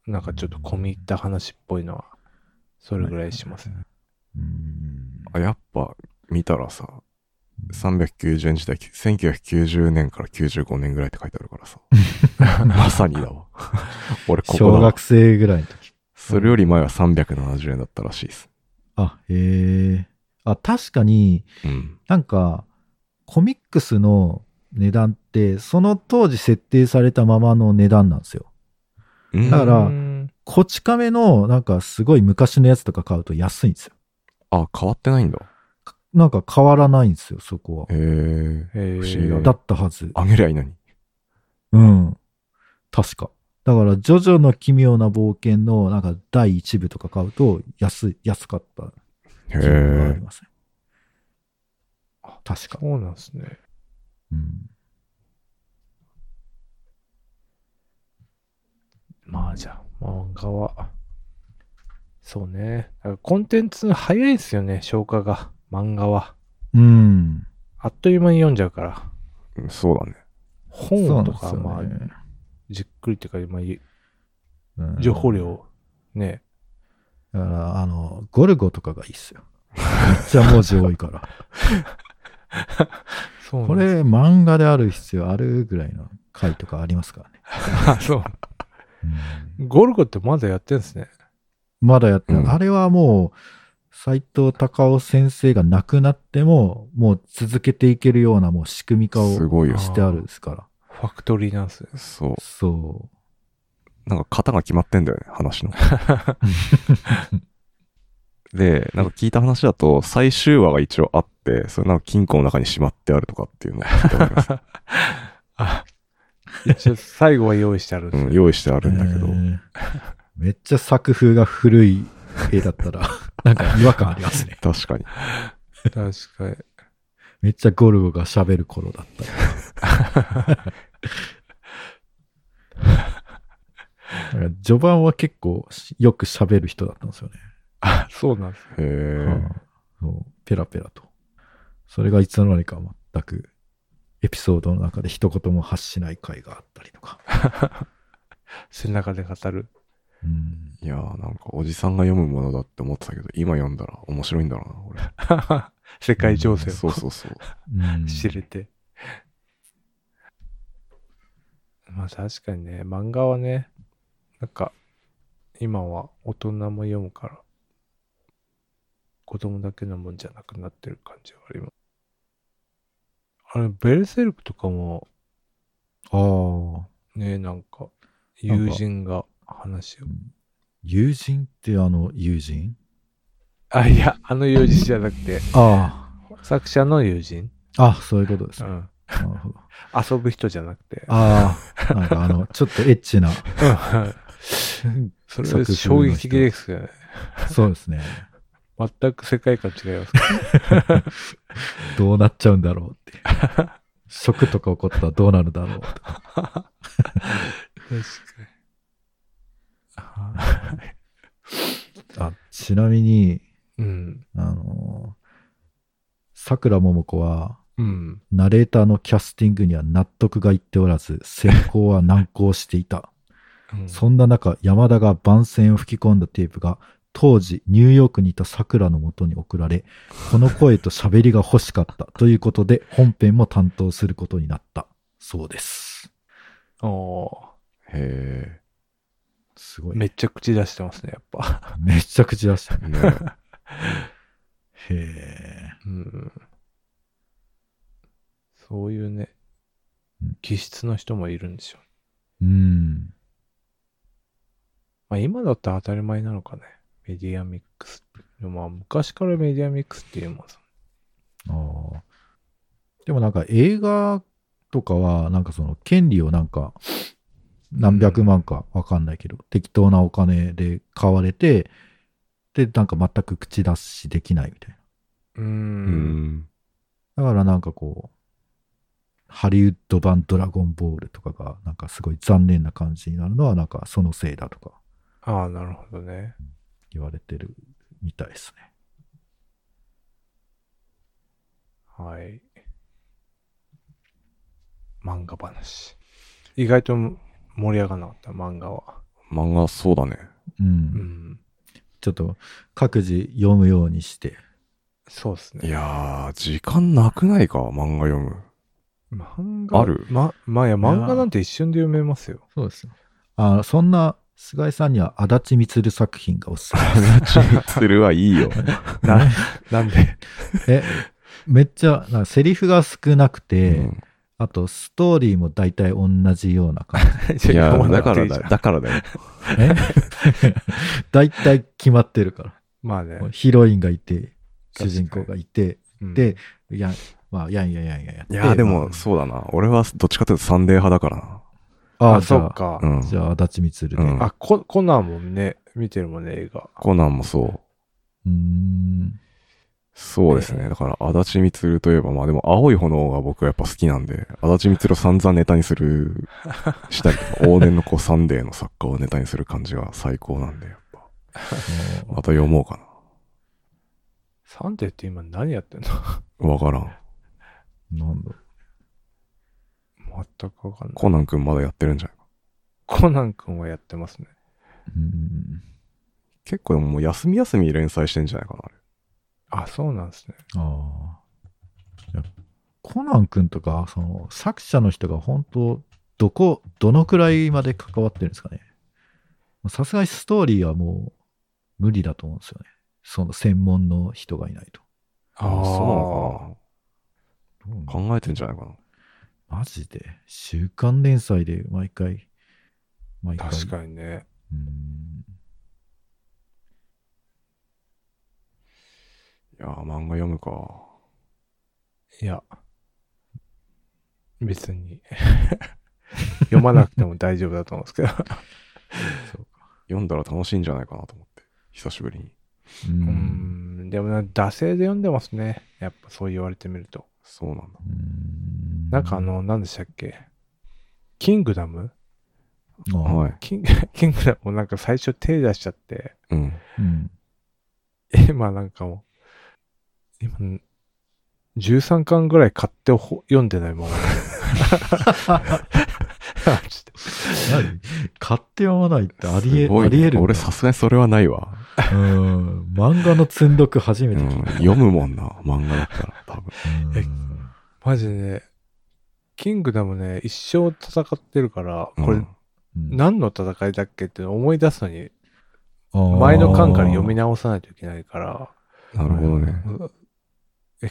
Speaker 1: う。なんかちょっと込み入った話っぽいのは、それぐらいしますね。
Speaker 2: うん。
Speaker 3: あやっぱ、見たらさ、390円時代、1990年から95年ぐらいって書いてあるからさ。 まさにだわ。俺、ここ
Speaker 2: 小
Speaker 3: だわ
Speaker 2: 学。生ぐらいの時。
Speaker 3: それより前は370円だったらしいです。
Speaker 2: あ、へえあ、確かに、
Speaker 3: うん。
Speaker 2: なんか、コミックスの値段って、その当時設定されたままの値段なんですよ。
Speaker 3: うん
Speaker 2: だから
Speaker 1: うん
Speaker 2: こち亀の、なんかすごい昔のやつとか買うと安いんですよ。
Speaker 3: あ、変わってないんだ。
Speaker 2: なんか変わらないんですよ、そこ
Speaker 3: へ
Speaker 2: は。
Speaker 3: え。
Speaker 1: えー
Speaker 3: 不思議だね
Speaker 2: だったはず。
Speaker 3: あげりゃいいのに。
Speaker 2: うん。確か。だから、ジョジョの奇妙な冒険の、なんか第1部とか買うと安い、安かった。
Speaker 3: へ
Speaker 2: 記憶があり
Speaker 3: え。
Speaker 2: ますね。確
Speaker 1: そ
Speaker 2: か。
Speaker 1: うなんですね。
Speaker 2: うん。
Speaker 1: まあじゃあ、漫画は。そうね。だからコンテンツ早いですよね、消化が。漫画は。
Speaker 2: うん。
Speaker 1: あっという間に読んじゃうから。
Speaker 3: うんそうだね。
Speaker 1: 本とか、
Speaker 2: そうな
Speaker 1: まあ
Speaker 2: んですよ、ね
Speaker 1: じっくりっていうか、まあ、い
Speaker 2: うん
Speaker 1: 情報量、ね。
Speaker 2: だから、あの、ゴルゴとかがいいっ すよ。めっちゃ文字多いから。
Speaker 1: そうなん
Speaker 2: これ、漫画である必要あるぐらいの回とかありますからね。
Speaker 1: あそう。
Speaker 2: うん
Speaker 1: ゴルゴってまだやってんですね。
Speaker 2: まだやってない、
Speaker 3: うん
Speaker 2: あれはもう、斎藤隆夫先生が亡くなっても、もう続けていけるようなもう仕組み化を
Speaker 3: すごいよ。
Speaker 2: してあるんですから。
Speaker 1: ファクトリーなんですね。
Speaker 3: そう。
Speaker 2: そ
Speaker 3: なんか型が決まってんだよね、話 の。で、なんか聞いた話だと、最終話が一応あって、それなんか金庫の中にしまってあるとかっていうのを聞いております
Speaker 1: あ、一応最後は用意してあるんで
Speaker 3: う
Speaker 1: す
Speaker 3: ん、
Speaker 1: ね。
Speaker 3: 用意してあ
Speaker 2: う。
Speaker 3: るんだけど
Speaker 2: え。ーめっちゃ作風が古い絵だったら、 なんか違和感ありますね。
Speaker 3: 確かに。
Speaker 1: 確かに。
Speaker 2: めっちゃゴルゴが喋る頃だった り。なんか序盤は結構しよく喋る人だったんですよね。
Speaker 1: あ、そうなんですね。
Speaker 3: へえ。
Speaker 2: そうペラペラと。それがいつの間にか全くエピソードの中で一言も発しない回があったりとか。
Speaker 1: 背中で語る。
Speaker 2: うん
Speaker 3: いやーなんかおじさんが読むものだって思ってたけど、今読んだら面白いんだろうな、
Speaker 1: 世界情勢
Speaker 3: 俺。
Speaker 1: を
Speaker 3: そうそうそう。
Speaker 2: うん
Speaker 1: 知れて。 まあ確かにね、漫画はね、なんか、今は大人も読むから、子供だけのもんじゃなくなってる感じはあります。あれ、ベルセルクとかも
Speaker 2: ああ。
Speaker 1: ね、なんか、
Speaker 2: なんか
Speaker 1: 友人が話を。
Speaker 2: 友人ってあの友人
Speaker 1: あ、いや、あの友人じゃなくて、
Speaker 2: あ
Speaker 1: 作者の友人。
Speaker 2: あ。あそういうことです
Speaker 1: う
Speaker 2: ね。
Speaker 1: ん。
Speaker 2: なるほど。
Speaker 1: 遊ぶ人じゃなくて。
Speaker 2: ああ。なんかあの、ちょっとエッ チな。うん
Speaker 1: それは衝撃的ですよね。
Speaker 2: そうですね。
Speaker 1: 全く世界観違いますから。
Speaker 2: どうなっちゃうんだろうって。ショックとか起こったらどうなるだろうとか。
Speaker 1: 確かに。
Speaker 2: あちなみに、
Speaker 1: うん。
Speaker 2: あのさくらももこは、
Speaker 1: うん。
Speaker 2: ナレーターのキャスティングには納得がいっておらず、選考は難航していた。
Speaker 1: うん
Speaker 2: そんな中、山田が番宣を吹き込んだテープが、当時、ニューヨークにいた桜の元に送られ、この声と喋りが欲しかったということで、本編も担当することになった。そうです。
Speaker 1: おー
Speaker 3: へ
Speaker 2: すごい。
Speaker 1: めっちゃ口出してますね、やっぱ。
Speaker 2: めっちゃ口出した。へ
Speaker 3: え。ねえ
Speaker 2: え。
Speaker 1: うん。そういうね
Speaker 2: うん、
Speaker 1: 気質の人もいるんでしょう。
Speaker 2: うん。
Speaker 1: まあ今だったら当たり前なのかね。メディアミックス。でもまあ昔からメディアミックスっていうもんさ。
Speaker 2: ああ。でもなんか映画とかは、なんかその権利をなんか、何百万かわかんないけど、適当なお金で買われて、で、なんか全く口出しできないみたい
Speaker 1: うん
Speaker 3: う。ん。
Speaker 2: な。だからなんかこう、ハリウッド版ドラゴンボールとかが、なんかすごい残念な感じになるのは、なんかそのせいだとか
Speaker 1: ああ、なるほどね。
Speaker 2: 言われてるみたいですね。
Speaker 1: はい。漫画話。意外と盛り上がらなかった、漫画は。
Speaker 3: 漫画そうだね。
Speaker 2: うん。
Speaker 1: うん。
Speaker 2: ちょっと各自読むようにして。
Speaker 1: そうです
Speaker 3: い
Speaker 1: ね。
Speaker 3: やー、時間なくないか漫画読 む。
Speaker 1: 漫画
Speaker 3: ある
Speaker 1: ま、まあいや、
Speaker 2: や
Speaker 1: 漫画なんて一瞬で読めますよ。
Speaker 2: そうですよ。あそんな菅井さんには足立光作品がおすすめで
Speaker 3: 足立みつるはいいよ。
Speaker 1: な、なんで。
Speaker 2: す。え、めっちゃ、なんかセリフが少なくて、
Speaker 3: うん
Speaker 2: あとストーリーも大体同じような感じ。
Speaker 1: じゃあ
Speaker 3: いや
Speaker 1: 読ま
Speaker 3: ー、
Speaker 1: な
Speaker 3: だ
Speaker 1: く
Speaker 3: か
Speaker 1: てい
Speaker 3: ら
Speaker 1: いじゃ
Speaker 3: だ
Speaker 1: ん
Speaker 3: よ。だからだよ。
Speaker 2: え大体決まってるか
Speaker 1: まあね
Speaker 2: ら。。ヒロインがいて、
Speaker 1: 確か
Speaker 2: 主
Speaker 1: に
Speaker 2: 人公がいて、
Speaker 1: うん、
Speaker 2: で、やん、まあ、やんやんやんやんやって。
Speaker 3: いやー、で
Speaker 2: ま
Speaker 3: もそうだな。俺はどっちかというとサンデー派だから
Speaker 2: あ、あ
Speaker 1: あ、
Speaker 2: じ
Speaker 1: そ
Speaker 2: ゃ
Speaker 1: っ
Speaker 2: あ、
Speaker 1: か。
Speaker 3: な。うん。
Speaker 2: じゃあ足立光で。う
Speaker 3: うんん
Speaker 1: あコ、コナンもね、見てるもんね、映画。
Speaker 3: コナンもそう。
Speaker 2: ーん。
Speaker 3: そうですね。だから、足立みつるといえば、まあでも、青い炎が僕はやっぱ好きなんで、足立みつるを散々ネタにす る、したりとか、往年のこう、サンデーの作家をネタにする感じが最高なんで、やっぱ、また読もうか
Speaker 1: サンデーって今何やってんの
Speaker 3: な。わからん。
Speaker 2: なんだろ
Speaker 1: 全くわかんない。
Speaker 3: コナン君まだやってるんじゃない
Speaker 1: コナン君はやってますね。
Speaker 2: う。うん。
Speaker 3: 結構でももう休み休み連載してんじゃないかな、あれ。
Speaker 1: あ、そうなんですね。
Speaker 2: ああ。いやコナン君とか、その作者の人が本当、どこ、どのくらいまで関わってるんですかね。さすがにストーリーはもう無理だと思うんですよね。その専門の人がいないと。
Speaker 1: あ
Speaker 3: そうなのかな考えてんじゃないかな。
Speaker 2: マジで週刊連載で毎回、毎回。
Speaker 1: 確
Speaker 2: に。
Speaker 1: かにね。
Speaker 2: うん。
Speaker 3: いやー、漫画読むか。
Speaker 1: いや、別に 読まなくても大丈夫だと思うんですけど。
Speaker 3: 読んだら楽しいんじゃないかなと思って、久しぶりに。
Speaker 2: う。
Speaker 1: うんん、でもな、惰性で読んでますね。やっぱそう言われてみると。
Speaker 3: そうなんだ。
Speaker 2: うん
Speaker 1: なんかあ、の、何でしたっけキングダム
Speaker 2: ああ
Speaker 3: はい。
Speaker 1: キン キングダムもなんか最初手出しちゃって、
Speaker 3: うん。
Speaker 2: うん。
Speaker 1: 今なんかもう、今、13巻ぐらい買ってほ読んでない まま。ちょっ
Speaker 2: 何買って読まないってありえ、
Speaker 3: すごい
Speaker 2: あり
Speaker 3: ね
Speaker 2: えるんだ
Speaker 3: 俺さすがにそれはないわ。
Speaker 2: うん。漫画の積んどく初
Speaker 3: う
Speaker 2: めて
Speaker 3: ん
Speaker 2: 聞い。
Speaker 3: 読むもんな、漫画だったら、 多分。
Speaker 2: た。
Speaker 1: え
Speaker 2: うん
Speaker 1: とマジでね、キングダムね、一生戦ってるから、こ
Speaker 3: う
Speaker 1: れ
Speaker 3: ん
Speaker 2: うん
Speaker 1: 何の戦いだっけって思い出すのに、
Speaker 2: あー
Speaker 1: 前の巻から読み直さないといけないから、
Speaker 3: なるほどね。
Speaker 1: え、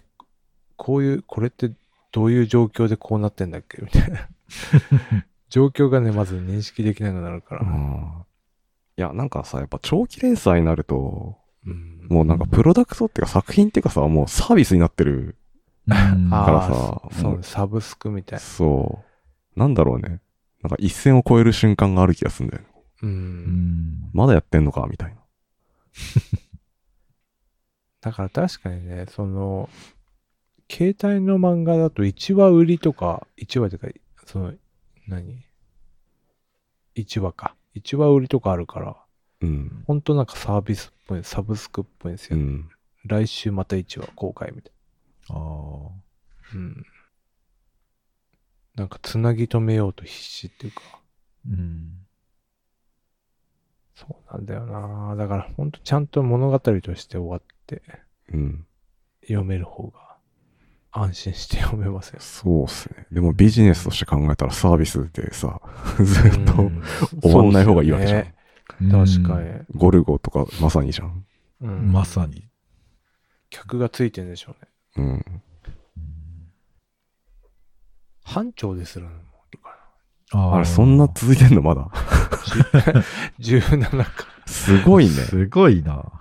Speaker 1: こういう、これってどういう状況でこうなってんだっけみたい な。状況がね、まず認識できなくなるから。
Speaker 3: うんいや、なんかさ、やっぱ長期連載になると、
Speaker 1: うん
Speaker 3: もうなんかプロダクトっていうか作品っていうかさ、もうサービスになってる。
Speaker 2: う ん
Speaker 1: あー
Speaker 3: からさ
Speaker 1: そ
Speaker 3: も
Speaker 1: う、サブスクみたいな。
Speaker 3: そう。なんだろうね。なんか一線を越える瞬間がある気がするんだよね。
Speaker 1: う。
Speaker 2: うんん
Speaker 3: まだやってんのかみたいな。
Speaker 1: だから確かにね、その、携帯の漫画だと1話売りとか、1話とか、その、何 ?1 話か。1話売りとかあるから、
Speaker 3: うん。
Speaker 1: ほんとなんかサービスっぽい、サブスクっぽいんです
Speaker 3: う
Speaker 1: よ。
Speaker 3: ん。
Speaker 1: 来週また1話公開みたい
Speaker 2: あー
Speaker 1: な。うん。なんかつなぎ止めようと必死っていうか、
Speaker 2: うん
Speaker 1: そうなんだよなだからほんとちゃんと物語として終わって
Speaker 3: うん。
Speaker 1: 読める方が安心して読めますよ。
Speaker 3: そうっすね。でもビジネスとして考えたらサービスでさ、 ずっ
Speaker 1: う
Speaker 3: と
Speaker 1: ん
Speaker 3: 終わんない方がいいわけじゃん。
Speaker 1: そうっすよね確かに。
Speaker 3: ゴルゴとかまさにじゃん。
Speaker 1: う
Speaker 2: うんんまさに。
Speaker 1: 客がついてるんでしょうね。
Speaker 3: うん。
Speaker 1: 班長ですらもいるか
Speaker 2: あ
Speaker 3: あ
Speaker 2: ー
Speaker 3: れ、そんな続いてんのまだ。
Speaker 1: ら。17巻。
Speaker 3: すごいね。
Speaker 2: すごいな。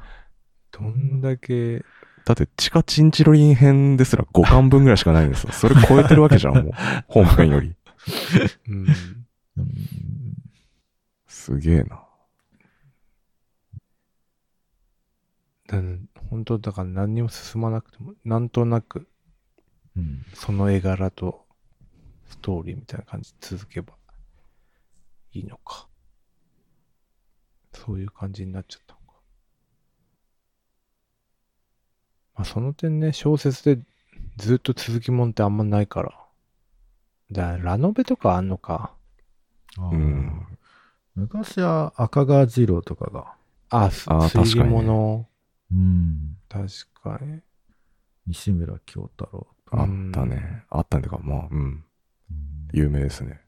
Speaker 1: どんだけ、
Speaker 3: だって、地下チンチロリン編ですら5巻分ぐらいしかないんですよ。それ超えてるわ けじゃん、もう。本編より。
Speaker 1: うん、
Speaker 2: うん
Speaker 3: すげえな。
Speaker 1: だ本当だから何にも進まなくても、なんとなく
Speaker 2: うん
Speaker 1: その絵柄とストーリーみたいな感じで続けばいいのか。そういう感じになっちゃったのか。まあその点ね、小説でずっと続きもんってあんまないから。だからラノベとかあんのか。
Speaker 2: あー
Speaker 3: うん。
Speaker 2: 昔は赤川次郎とかが、
Speaker 1: あ、す
Speaker 3: あー
Speaker 1: 推
Speaker 3: 確
Speaker 1: 理
Speaker 3: かにね
Speaker 1: 物。
Speaker 2: うん
Speaker 1: 確かに。
Speaker 2: 西村京太郎と
Speaker 3: あ
Speaker 2: か、
Speaker 3: ったね。あったんてか、まあ、うん。
Speaker 2: うん
Speaker 3: 有名ですね。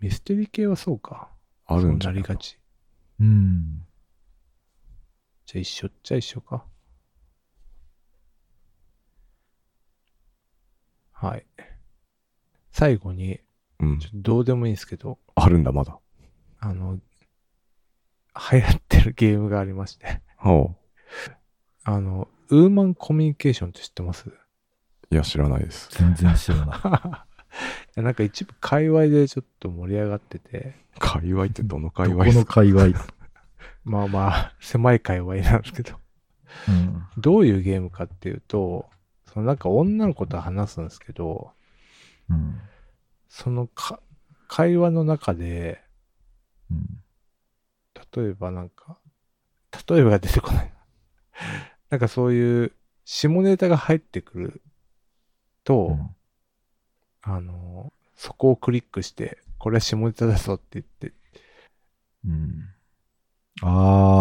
Speaker 1: ミステリー系はそうか。
Speaker 3: あるんじ
Speaker 1: そうな
Speaker 3: ゃない
Speaker 1: り
Speaker 3: か
Speaker 1: が
Speaker 3: な
Speaker 1: ち。
Speaker 2: うん
Speaker 1: じゃあ一緒っちゃ一緒か。はい。最後に、
Speaker 3: うん
Speaker 1: ちょ。っとどうでもいいんですけど、
Speaker 3: あるんだ、まだ。
Speaker 1: あの、流行ってるゲームがありまして、
Speaker 3: ほ。
Speaker 1: あの、ウーマンコミュニケーションって知ってます いう
Speaker 3: いや、知らないです。
Speaker 2: 全然知らない。
Speaker 1: やなんか一部界隈でちょっと盛り上がってて、
Speaker 3: 界隈ってどの界
Speaker 2: ど
Speaker 3: 隈
Speaker 2: こ
Speaker 3: です
Speaker 2: の
Speaker 3: か
Speaker 2: 界隈。
Speaker 1: まあまあ、狭い界隈なんですけど、
Speaker 2: うん。
Speaker 1: どういうゲームかっていうと、そのなんか女の子と話すんですけど、
Speaker 2: うん。
Speaker 1: そのか会話の中で、
Speaker 2: うん。
Speaker 1: 例えばなんか、例えばが出てこないな。 なんかそういう下ネタが入ってくると、
Speaker 2: うん
Speaker 1: あの、そこをクリックして、これは下ネタだぞって言って、
Speaker 2: うん。あ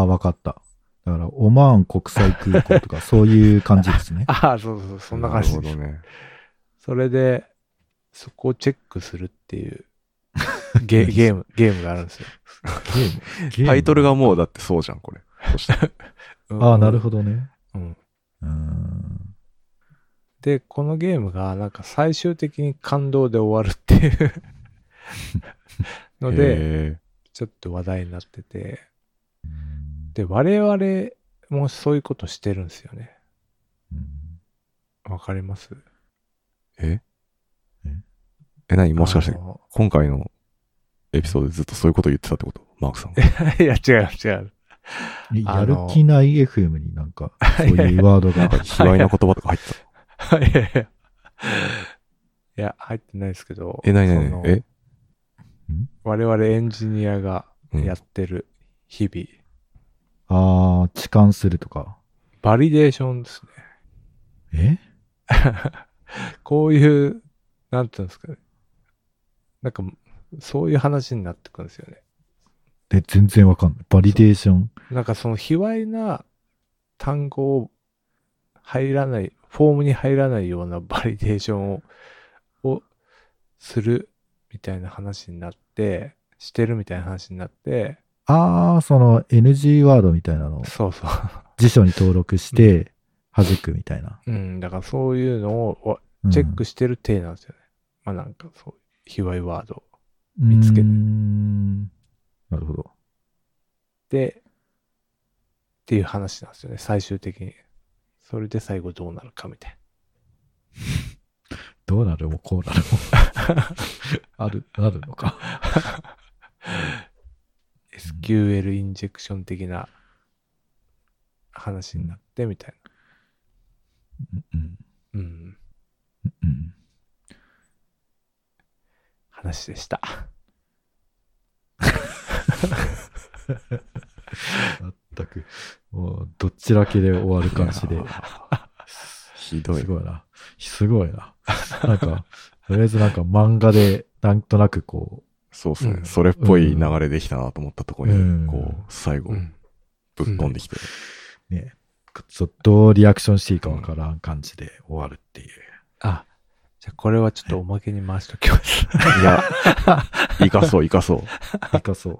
Speaker 2: ー、わかった。だから、オマーン国際空港とか、そういう感じですね。
Speaker 1: ああ、そうそう、そんな感じ
Speaker 3: なるほどね。
Speaker 1: それで、そこをチェックするっていうゲゲーム、ゲームがあるんですよ。
Speaker 2: ゲームゲーム
Speaker 3: タイトルがもうだってそうじゃん、これ。そしたら。
Speaker 2: あー、なる
Speaker 1: ど。
Speaker 2: ほどね。
Speaker 1: うん
Speaker 2: うーん。
Speaker 1: で、このゲームがなんか最終的に感動で終わるっていうので、
Speaker 3: へ
Speaker 1: ちょっと話題になってて、で、我々もそういうことしてるんですよね。
Speaker 2: うん
Speaker 1: わかります
Speaker 3: ーえ
Speaker 2: え
Speaker 3: え、何もしかして
Speaker 1: あ、の
Speaker 3: 今回のエピソードでずっとそういうこと言ってたってことマークさん。
Speaker 1: いや、違う違う。
Speaker 2: え
Speaker 1: あ
Speaker 2: やる
Speaker 1: の
Speaker 2: 気ない FM になんか、そういうワー ドが。
Speaker 3: 卑猥な言葉とか入ってた。
Speaker 1: いやいやいや。いや、入ってないですけど。
Speaker 3: え、何
Speaker 1: その
Speaker 3: 何え
Speaker 1: 我々エンジニアが
Speaker 3: うん
Speaker 1: やってる日々、
Speaker 2: あー、痴漢するとか。
Speaker 1: バリデーションですね。
Speaker 2: え
Speaker 1: こういう、なんていうんですかね。なんか、そういう話になってくるんですよね。
Speaker 2: で、全然わかんない。バリデーション。
Speaker 1: なんかその卑猥な単語を入らない、フォームに入らないようなバリデーションを、をするみたいな話になって、してるみたいな話になって、
Speaker 2: あー、その NG ワードみたいなのを
Speaker 1: そうそう。
Speaker 2: 辞書に登録して、弾くみたいな。
Speaker 1: うん、だからそういうのをわ
Speaker 2: うん
Speaker 1: チェックしてる体なんですよね。まあなんかそう、卑猥ワードを見つけて
Speaker 2: うーんなるほど。
Speaker 1: で、っていう話なんですよね、最終的に。それで最後どうなるかみたい
Speaker 2: どうなるもこう なるも。ある、あるのか。
Speaker 1: な。SQL インジェクション的な話になってみたい
Speaker 2: うんうん
Speaker 1: な、うん、
Speaker 2: うん
Speaker 1: 話でした。
Speaker 2: 全く、もう、どちらけで終わる感じで
Speaker 3: いや。ひどい
Speaker 2: す。ごいな。すごいな。なんか、とりあえずなんか漫画で、なんとなくこ
Speaker 3: そうですね、
Speaker 1: うん
Speaker 3: それっぽい流れできたなと思ったところに、
Speaker 2: うん
Speaker 3: こう、最 後、
Speaker 1: うん
Speaker 3: ぶっ込んできて、
Speaker 2: う、ね、ちょっとリアクションしていいかわからん感じで終わる っていう。
Speaker 1: あ、じゃあこれはちょっとおまけに回しときます。
Speaker 3: いや、生かそう、生かそう。
Speaker 2: いかそう。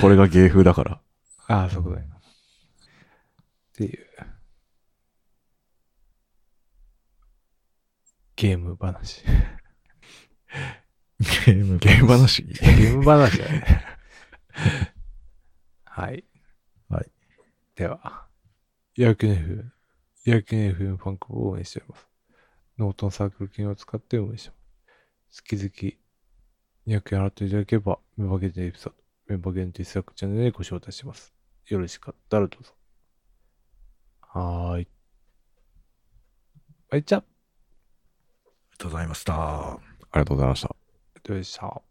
Speaker 3: これが芸風だから。
Speaker 1: ああ、そこだよ。っていう。ゲーム話。
Speaker 2: ゲーム。
Speaker 3: ゲー ム話
Speaker 1: ゲーム話だね。 はい。
Speaker 2: はい。
Speaker 1: では、ヤクネフ、ヤクネフファンクを応援しております。ノートのサークル機能を使って運営してます。好き好き200円払っていただければ、メンバー限定エピソード、メンバー限定スラックチャンネルにご招待します。よろしかったらどうぞ。はーい。はい、じゃあ、
Speaker 2: ありがとうございました。
Speaker 3: ありがとうございました。
Speaker 1: どうでした